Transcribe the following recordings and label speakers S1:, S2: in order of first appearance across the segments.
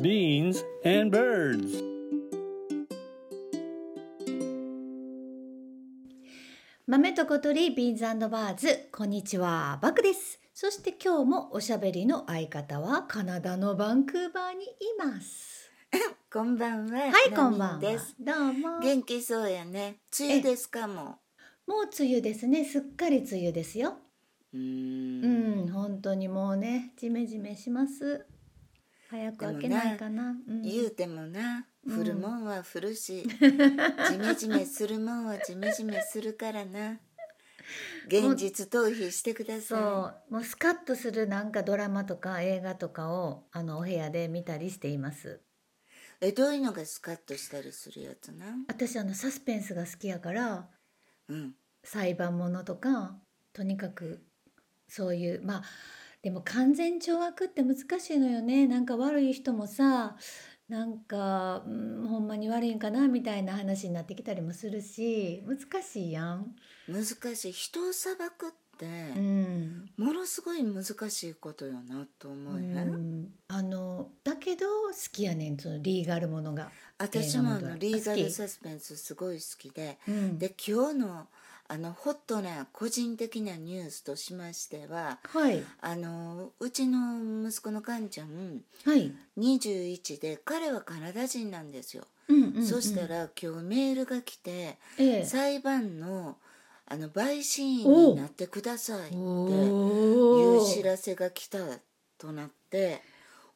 S1: Beans and birds.
S2: 豆と小鳥ビーンズバーズこんにちはバクですそして今日もおしゃべりの相方はカナダのバンクーバーにいます
S3: こんばんは。は
S2: はいこんばんはど
S3: です。
S2: うも
S3: 元気そうやね。梅雨ですかも。
S2: もう梅雨ですねすっかり梅雨ですよ
S3: う。
S2: うんん本当にもうねジメジメします早く開けないかな、うん
S3: 言うてもな、
S2: うん
S3: 降るもんは降るし、ジメジメするもんはジ メジメするからな。現実逃避してくださ
S2: そうもうスカッとするなんかドラマとか映画とかをあのお部屋で見たりしています
S3: い。え、どういうのがスカッとしたりするやつな。
S2: 私あのサスペンスが好きやから
S3: うん。
S2: 裁判ものとかとにかくそういうまあでも完全懲悪って難しいのよねなんか悪い人もさなんか、うん、ほんまに悪いんかなみたいな話になってきたりもするし難しいやん。
S3: 難しい。人を裁くって、
S2: うん
S3: ものすごい難しいことよなと思うよ。
S2: うんあのだけど好きやねんそのリーガルものが。
S3: 私もあ
S2: 映画もど
S3: の
S2: う
S3: リーガ
S2: あ好
S3: ル
S2: き
S3: サスペンスすごい好きで、
S2: うん
S3: で今日のあのホットな個人的なニュースとしましては
S2: はい
S3: あのうちの息子のカンちゃん
S2: はい。
S3: 21で彼はカナダ人なんですよ、
S2: うんうんうん
S3: そした、ら今日メールが来て、
S2: ええ、
S3: 裁判のあの陪審員になってくださいっていう
S2: お
S3: 知らせが来たとなって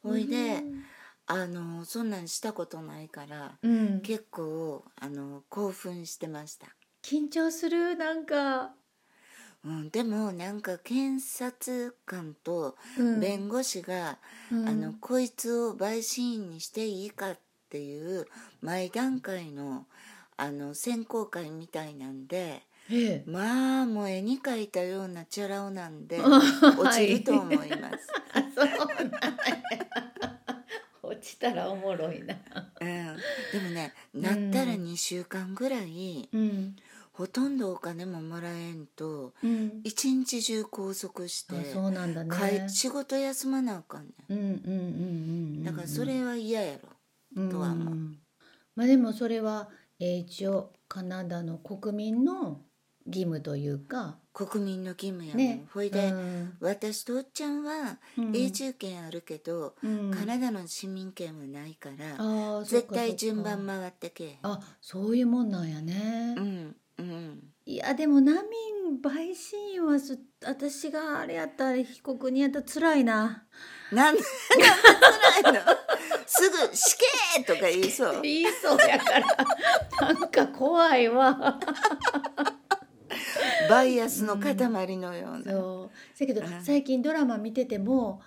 S3: ほいであのそんなんしたことないから
S2: うん、
S3: 結構あの興奮してました。
S2: 緊張するなんか、
S3: うん、でもなんか検察官と
S2: うん、
S3: 弁護士が、
S2: うん
S3: あのこいつを陪審員にしていいかっていう前段階のあの選考会みたいなんで
S2: ええ、
S3: まあもう絵に描いたようなチャラ男な んで
S2: あ
S3: 落ちると思い ます。
S2: あそうなんや落ちたらおもろいな。
S3: うん、でもねなったら2週間ぐらい、
S2: うん
S3: ほとんどお金ももらえんと
S2: うん。
S3: 一日中拘束して、
S2: あそうなんだね。
S3: かい仕事休まなあかんねん。
S2: うんうんうんうんうん。
S3: だからそれは嫌やろ、とは思うん
S2: まあでもそれは、えー一応カナダの国民の義務というか
S3: 国民の義務やもん、
S2: ね。
S3: ほいで、
S2: うん
S3: 私とおっちゃんは
S2: うん
S3: 永住権あるけど、
S2: うん
S3: カナダの市民権はないから、
S2: あーそっ
S3: 絶
S2: かそっか
S3: 対順番回ってけえへん
S2: あそういうもんなんやね。
S3: うんうん
S2: いやでも難民陪審員はす私があれやったら被告人やったら辛いな。
S3: なんなんで辛いの すぐ「死刑!」とか言いそう
S2: 言いそうやからなんか怖いわ。
S3: バイアスの塊のような、うん
S2: そうせやけど
S3: うん
S2: 最近ドラマ見てても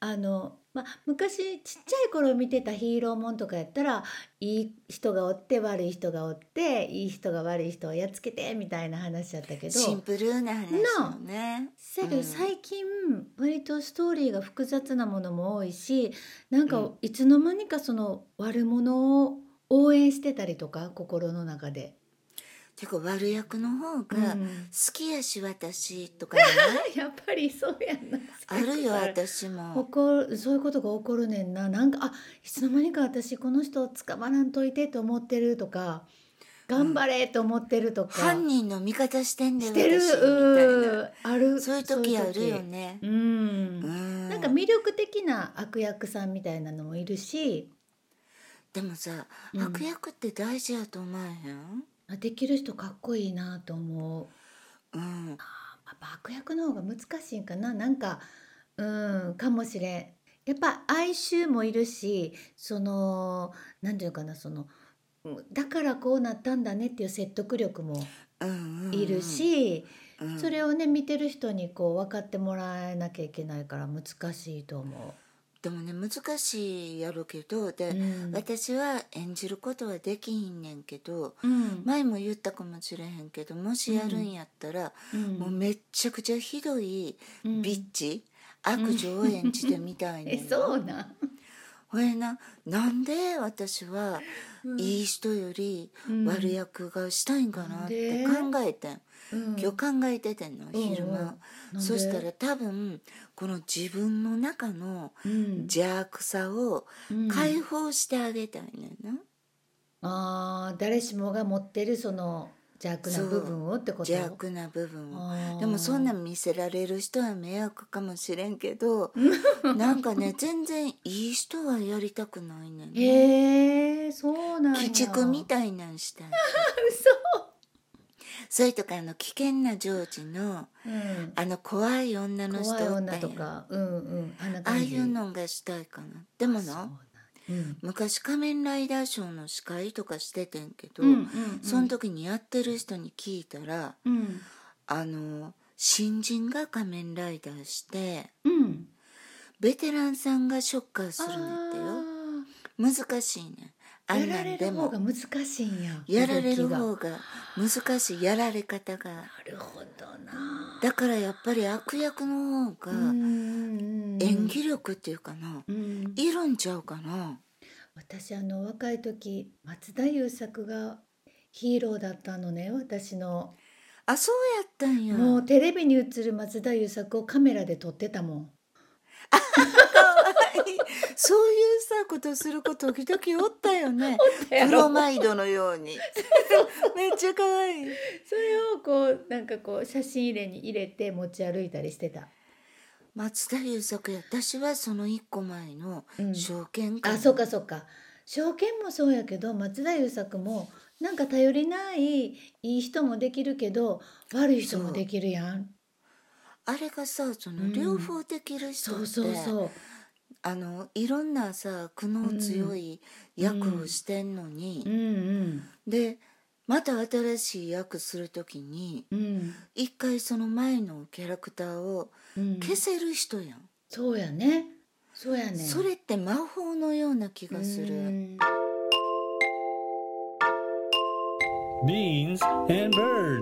S2: あの、まあ、昔ちっちゃい頃見てたヒーローもんとかやったらいい人がおって悪い人がおっていい人が悪い人をやっつけてみたいな話だったけど
S3: シンプルな話よね
S2: せやけど最近割とストーリーが複雑なものも多いしなん
S3: う
S2: か
S3: ん
S2: いつの間にかその悪者を応援してたりとか心の中で。
S3: てか悪役の方
S2: うん
S3: が「好きやし私」とかな い
S2: やっぱりそうやんな。
S3: あるよ私も
S2: 起こるそういうことが起こるねんななんかあいつの間にか私この人を捕まらんといてと思ってるとか頑張れと思ってるとか、
S3: 犯人の味方してんだ
S2: し
S3: よ
S2: てる
S3: 私みたい
S2: うん
S3: な
S2: ある
S3: そういう時あるよね
S2: そういう時うん、
S3: うん
S2: なんか魅力的な悪役さんみたいなのもいるし
S3: でもさ、
S2: うん
S3: 悪役って大事やと思わへん
S2: あできる人かっこいいなと思う、
S3: うん
S2: まあ、悪役の方が難しいんかななんかうんかもしれんやっぱ哀愁もいるしその何て言うかなそのうんだからこうなったんだねっていう説得力も
S3: うんうん
S2: いる、し、
S3: うん
S2: それをね見てる人にこう分かってもらえなきゃいけないから難しいと思
S3: でもね難しいやろけど
S2: う。
S3: で、
S2: うん
S3: 私は演じることはできひんねんけど
S2: うん
S3: 前も言ったかもしれへんけどもしやるんやったら、
S2: うん
S3: もうめっちゃくちゃひどい
S2: うん
S3: ビッチ、悪女を演じてみたいね
S2: え
S3: んな
S2: そうなん
S3: ほえななんで私は
S2: うん
S3: いい人より
S2: うん
S3: 悪役がしたいんかなって
S2: で
S3: 考えてん
S2: うん
S3: 今日考えててんの
S2: うん
S3: 昼間
S2: うん
S3: そした
S2: なん
S3: ら
S2: で
S3: 多分この自分の中の
S2: うん
S3: 邪悪さを
S2: うん
S3: 解放してあげたいねんな
S2: あー誰しもが持ってるその邪悪な部分をってこと
S3: 邪悪な部分を。
S2: あー
S3: でもそんなん見せられる人は迷惑かもしれんけ どなんかね全然いい人はやりたくないねんな
S2: へえそうなんや
S3: 鬼畜みたいなんしたいそれとかあの危険なジョージの
S2: うん
S3: あの怖い女の人おっ
S2: 怖
S3: た
S2: い女
S3: んや
S2: とかうんうんあんな
S3: ああ
S2: 感
S3: い
S2: じ
S3: うのがしたいかなでも
S2: そうなん
S3: な
S2: うん
S3: 昔仮面ライダーショーの司会とかしててんけど、
S2: うんうんうん
S3: その時にやってる人に聞いたら
S2: うん
S3: あの新人が仮面ライダーして
S2: うん
S3: ベテランさんがショッカーす
S2: あ
S3: るんだってよ
S2: ー
S3: 難しいねんあん
S2: や
S3: な
S2: ら
S3: ん
S2: れ
S3: で
S2: る方
S3: も
S2: が難しいんや
S3: やられる
S2: 動
S3: 方
S2: き
S3: が難しいやられ方が
S2: なるほどな
S3: だからやっぱり悪役の方
S2: う
S3: が
S2: んうん
S3: 演技力っていうかな、
S2: うん
S3: いるんちゃうかな
S2: 私あの若い時松田優作がヒーローだったのね私の
S3: あそうやったんや
S2: もうテレビに映る松田優作をカメラで撮ってたもん
S3: そういうさことする子時々おった よねプロマイドのようにめっちゃ可愛い
S2: それをこうなんかこう写真入れに入れて持ち歩いたりしてた、
S3: 松田優作や私はその一個前の
S2: うん
S3: 証券会
S2: あそうかそうか証券もそうやけど松田優作もなんか頼りないいい人もできるけど悪い人もできるやん
S3: あれがさそ
S2: う
S3: の
S2: ん
S3: 両方できる人
S2: そ
S3: って、
S2: うそうそう
S3: あのいろんなさ苦悩強い役をしてんのに、
S2: うん
S3: でまた新しい役する時に
S2: うんうん
S3: 一回その前のキャラクターを
S2: うん
S3: 消せる人やん、
S2: そうやねそうやね
S3: それって魔法のような気がする。
S2: うん
S1: Beans and birds.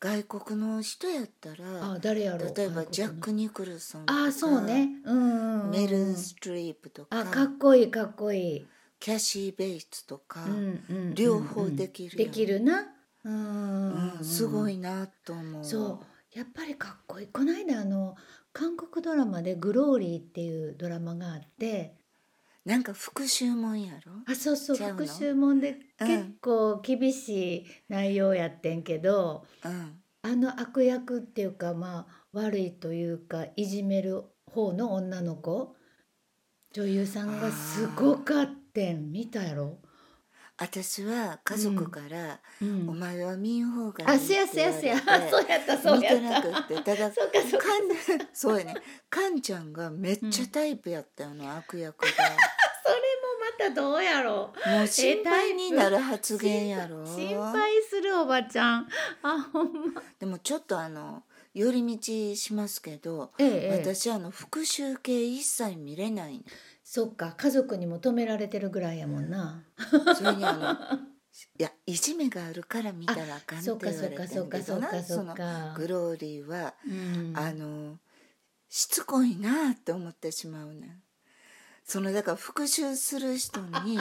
S3: 外国の人やったら
S2: あ誰やろう
S3: 例え
S2: 外
S3: ば
S2: 国の
S3: ジャック・ニクルソンとか
S2: あそうねうんうんうん
S3: メル・ストリープとか
S2: あかっこいいかっこいい、
S3: キャシー・ベイツとか、
S2: うんうんうん
S3: 両方できるやん
S2: できるなう
S3: うんんすごいなと思う。
S2: そうやっぱりかっこいいこの間あの韓国ドラマで「グローリー」っていうドラマがあって
S3: なんか復讐もんやろ
S2: あそうそう
S3: ちゃうの
S2: 復讐もんで
S3: うん
S2: 結構厳しい内容やってんけど、
S3: うん
S2: あの悪役っていうかまあ悪いというかいじめる方の女の子女優さんがすごかってん見たやろ、
S3: 私は家族から、
S2: う
S3: お
S2: ん、
S3: 前は見ん方がい
S2: あ
S3: いっ
S2: せ
S3: て
S2: やせ
S3: 言
S2: や
S3: われ
S2: せ
S3: て
S2: や そうやったそう
S3: 見て
S2: や
S3: な
S2: っ
S3: く
S2: た
S3: ってた だ
S2: そうかそうか
S3: かん そうやねカンちゃんがめっちゃタイプやったよな、悪役
S2: それもまたどうやろう
S3: がもう心配になる発言やろ
S2: 心心配するおばちゃんあほんま
S3: でもちょっとあの寄り道しますけど、
S2: ええええ
S3: 私あの復讐系一切見れないね
S2: そっか家族にも止められてるぐらいやもんな
S3: それに あのいやいじめがあるから見たらあかんって
S2: そっか
S3: 言わ
S2: そ
S3: れ
S2: ってか
S3: ん
S2: そっ
S3: け
S2: かそ
S3: ど
S2: っ
S3: な
S2: か
S3: そ
S2: そっ
S3: の
S2: か
S3: グローリーは
S2: うん
S3: あのしつこいなって思ってしまうねんそのだから復讐する人 に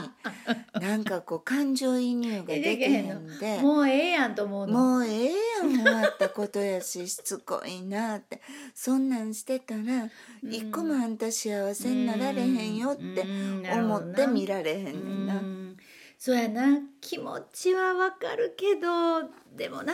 S3: なんかこう感情移入ができへんで
S2: もうええやんと思うの
S3: もうええやん終わったことやししつこいなってそんなんしてたら一個もあんた幸せになられへんよって思って見られへんねん
S2: う。
S3: な
S2: んそうやな気持ちはわかるけどでもな、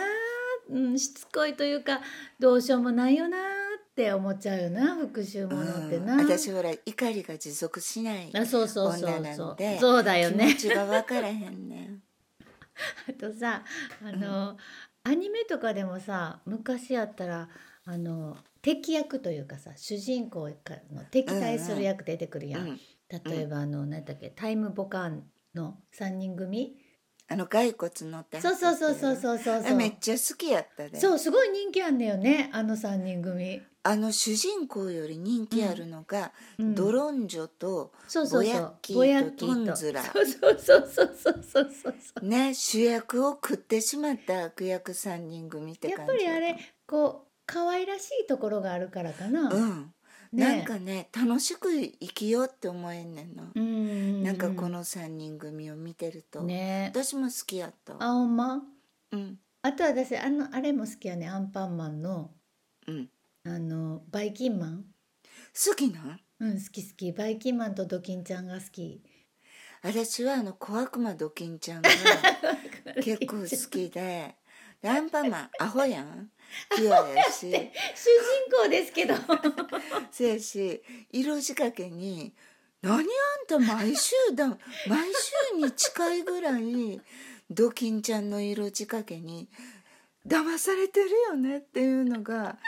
S2: うん、しつこいというかどうしようもないよなって思っちゃうよな復讐ものってな、
S3: うん私ほら怒りが持続しない
S2: あそうそうそ
S3: 女
S2: う
S3: な
S2: そ
S3: ん
S2: う
S3: で
S2: そうだよ
S3: 気
S2: ね
S3: 持ちが分からへんねん。
S2: あとさあの、アニメとかでもさ昔やったらあの敵役というかさ主人公からの敵対する役出てくる
S3: う
S2: やん、
S3: ん、
S2: 例えばあの何だっけタイムボカンの3人組、
S3: あの骸骨のって
S2: そうそうそうそうそうそう
S3: あ
S2: そ
S3: めっ
S2: う
S3: ちゃ好きやったで
S2: そうすごい人気あんだよねあの3人組、
S3: あの主人公より人気あるのが、
S2: うん、
S3: ドロンジョと
S2: そうそうそ
S3: ぼや
S2: う
S3: っきーと
S2: ぼやっき
S3: ト
S2: ー
S3: ン
S2: と
S3: ズラ
S2: そうそうそうそうそうそうそう
S3: ね主役を食ってしまった悪役三人組って
S2: やっ
S3: 感
S2: ぱ
S3: じ
S2: りあれこう可愛らしいところがあるからかな、
S3: うん、
S2: ね
S3: なんかね楽しく生きようって思えんねんな、
S2: うんうん
S3: なんかこの3人組を見てると、
S2: ね
S3: 私も好きやった
S2: あほんま
S3: うん
S2: あと私あのあれも好きやねアンパンマンの
S3: うん
S2: あのバイキンマン
S3: 好きなん
S2: うん好き好きバイキンマンとドキンちゃんが好き
S3: 私はあの小悪魔ドキンちゃ んが結構好きででアンパンマンアホやんピュアや し
S2: 主人公ですけど
S3: せやし色仕掛けに「何あんた毎週だ毎週に近いぐらいドキンちゃんの色仕掛けに騙されてるよね」っていうのが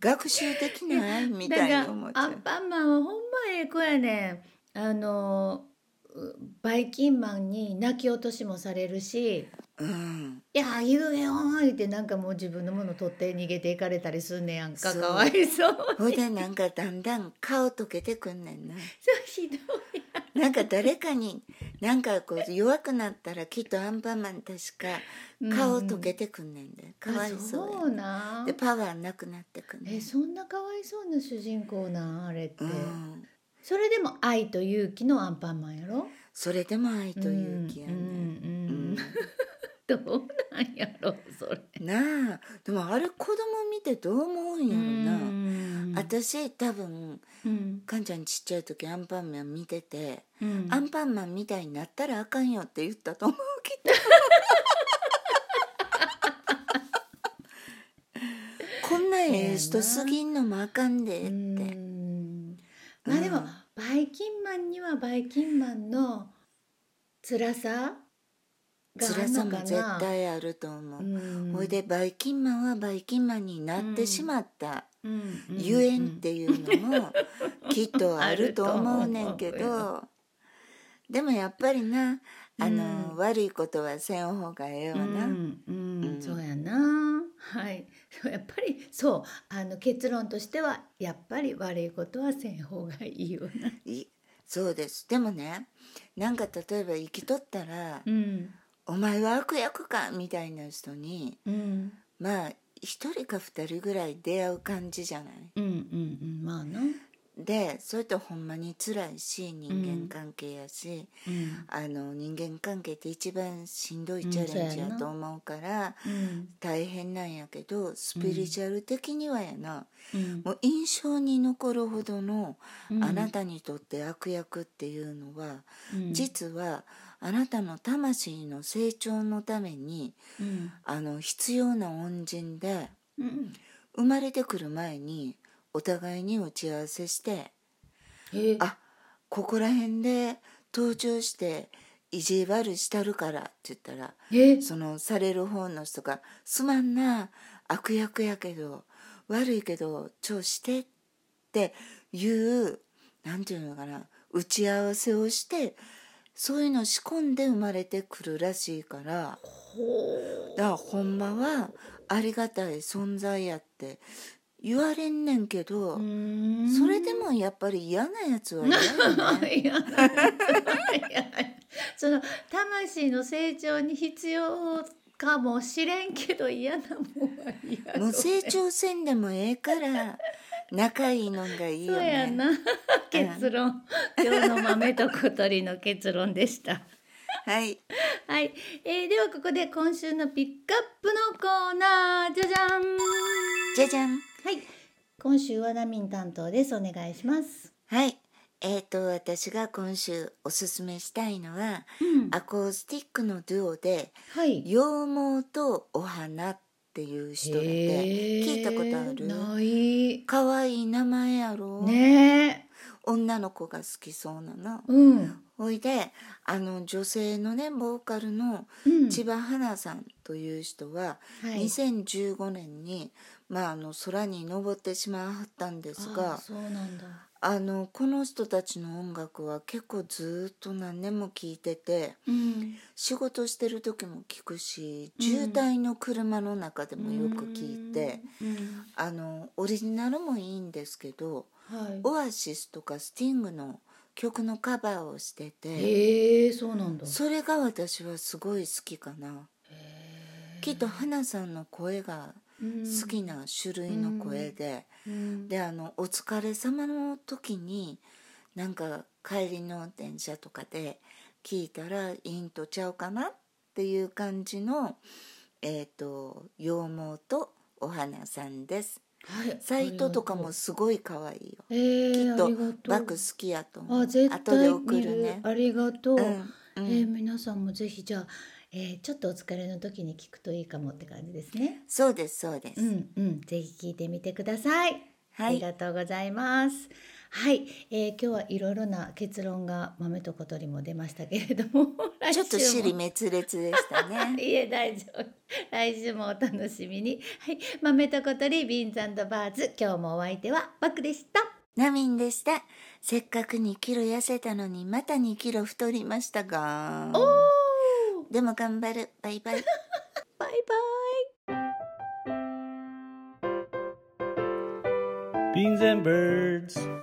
S3: 学習的ない みたいに思っち
S2: だか
S3: ゃ
S2: らアンパンマンはほんまええ子やねんあのうバイキンマンに泣き落としもされるし
S3: う。うん
S2: 「いや言うよ」ってなんかもう自分のもの取って逃げていかれたりすんねやんか
S3: そう
S2: かわいそう
S3: ほいでなんかだんだん顔溶けてくんねんな
S2: ひどい
S3: なんか誰かになんかこう弱くなったらきっとアンパンマン確か 顔溶けてくんねんでかわいそう
S2: あ
S3: や
S2: そうなん
S3: でパワーなくなってくんねん
S2: えそんなかわいそうな主人公なんあれって、
S3: うん
S2: それでも愛と勇気のアンパンマンやろ
S3: それでも愛と勇気やね、
S2: うんうんうんどうなんやろそれ
S3: うんなあでもあれ子供見てどう思うんやろな、
S2: うん
S3: 私多分
S2: うん
S3: かんちゃんちっちゃい時アンパンマン見てて、
S2: うん
S3: アンパンマンみたいになったらあかんよって言ったと思うきっ とこんなええ人すぎんのもあかんでって、
S2: うんまあでも、
S3: うん
S2: バイキンマンにはバイキンマンの辛さがあ
S3: 辛
S2: る
S3: さ
S2: の
S3: も
S2: か
S3: 絶
S2: な。
S3: 対あると思う、
S2: うん
S3: ほいでバイキンマンはバイキンマンになってしまった、
S2: うんうん
S3: ゆえんっていうのもきっとあると思うねんけ
S2: あると思う
S3: どでもやっぱりなあの、
S2: うん
S3: 悪いことはせん方がええわな、
S2: うんうん
S3: うん
S2: そうやなはいそうやっぱりそうあの結論としてはやっぱり悪いことはせん方がいいよな。
S3: いそうですでもねなんか例えば生きとったら「
S2: うん
S3: お前は悪役か」みたいな人に
S2: うん
S3: まあ一人か二人ぐらい出会う感じじゃない
S2: うんうんうんまあな。
S3: でそれってほんまに辛いし人間関係やし、
S2: うん
S3: あの人間関係って一番しんどいチャレンジやと思うから、
S2: うん
S3: 大変なんやけどスピリチュアル的にはやな、
S2: うん
S3: もう印象に残るほどの、
S2: うん
S3: あなたにとって悪役っていうのは、
S2: うん
S3: 実はあなたの魂の成長のために
S2: うん
S3: あの必要な恩人で
S2: うん
S3: 生まれてくる前にお互いに打ち合わせして
S2: えー
S3: あここら辺で登場して意地悪したるからって言ったら
S2: えー
S3: そのされる方の人が「すまんな悪役やけど悪いけど超して」っていうなんていうのかな打ち合わせをしてそういうのを仕込んで生まれてくるらしいからだからほんまはありがたい存在やって言われんねんけど、
S2: うーん
S3: それでもやっぱり嫌なやつは 嫌よね。
S2: いやいやその魂の成長に必要かもしれんけど嫌なもんは嫌よ
S3: もう成長せんでもええから仲いいのがいいよ
S2: そうや
S3: ね。
S2: な結論今日の豆と小鳥の結論でした
S3: はい
S2: はい、えー、ではここで今週のピックアップのコーナーじゃじゃん
S3: じゃじゃん
S2: はい今週はナミン担当ですお願いします
S3: はい。えー、と私が今週おすすめしたいのは、
S2: うん
S3: アコースティックのデュオで
S2: はい
S3: 羊毛とお花っていう人らで聞いたことある
S2: へーない
S3: 可愛い名前やろ、
S2: ねえ
S3: 女の子が好きそうなの。
S2: うん
S3: ほいであの女性のねボーカルの
S2: うん
S3: 千葉花さんという人は、
S2: はい
S3: 2015年に、まあ、あの空に登ってしまったんです
S2: あ
S3: が
S2: そうなんだ
S3: あのこの人たちの音楽は結構ずーっと何年も聴いてて
S2: うん
S3: 仕事してる時も聴くし渋滞の車の中でもよく聴いて、
S2: うん
S3: あのオリジナルもいいんですけど
S2: はい
S3: オアシスとかスティングの曲のカバーをしてて
S2: へえそうなんだ
S3: それが私はすごい好きかな。きっと花さんの声が好きな種類の声で、
S2: うん
S3: であの「お疲れ様の時になんか帰りの電車とかで聞いたらいいんとちゃうかなっていう感じの、えー、と羊毛とお花さんです
S2: はい
S3: サイトとかもすごい可愛いよ
S2: えー、
S3: きっと
S2: ありがとう
S3: バッグ好きやと思う
S2: あ絶
S3: 後で
S2: 対
S3: 送
S2: 見
S3: る
S2: る
S3: ね
S2: ありがとう、
S3: うんうん
S2: えー皆さんもぜひじゃあ、えーちょっとお疲れの時に聞くといいかもって感じですね
S3: そうですそうです、
S2: うんうん、ぜひ聞いてみてください。
S3: は
S2: あり
S3: い
S2: がとうございます。はい、えー今日はいろいろな結論が豆と小鳥も出ましたけれども、
S3: ちょっと
S2: 来週
S3: 尻
S2: も
S3: 滅裂でしたね
S2: いえ大丈夫。来週もお楽しみに。はい、豆と小鳥ビーンズバーズ。今日もお相手はバクでした。
S3: ナミンでしたせっかく2キロ痩せたのにまた2キロ太りましたがでも頑張るバイバイ
S2: バイバイ。
S1: Beans and birds.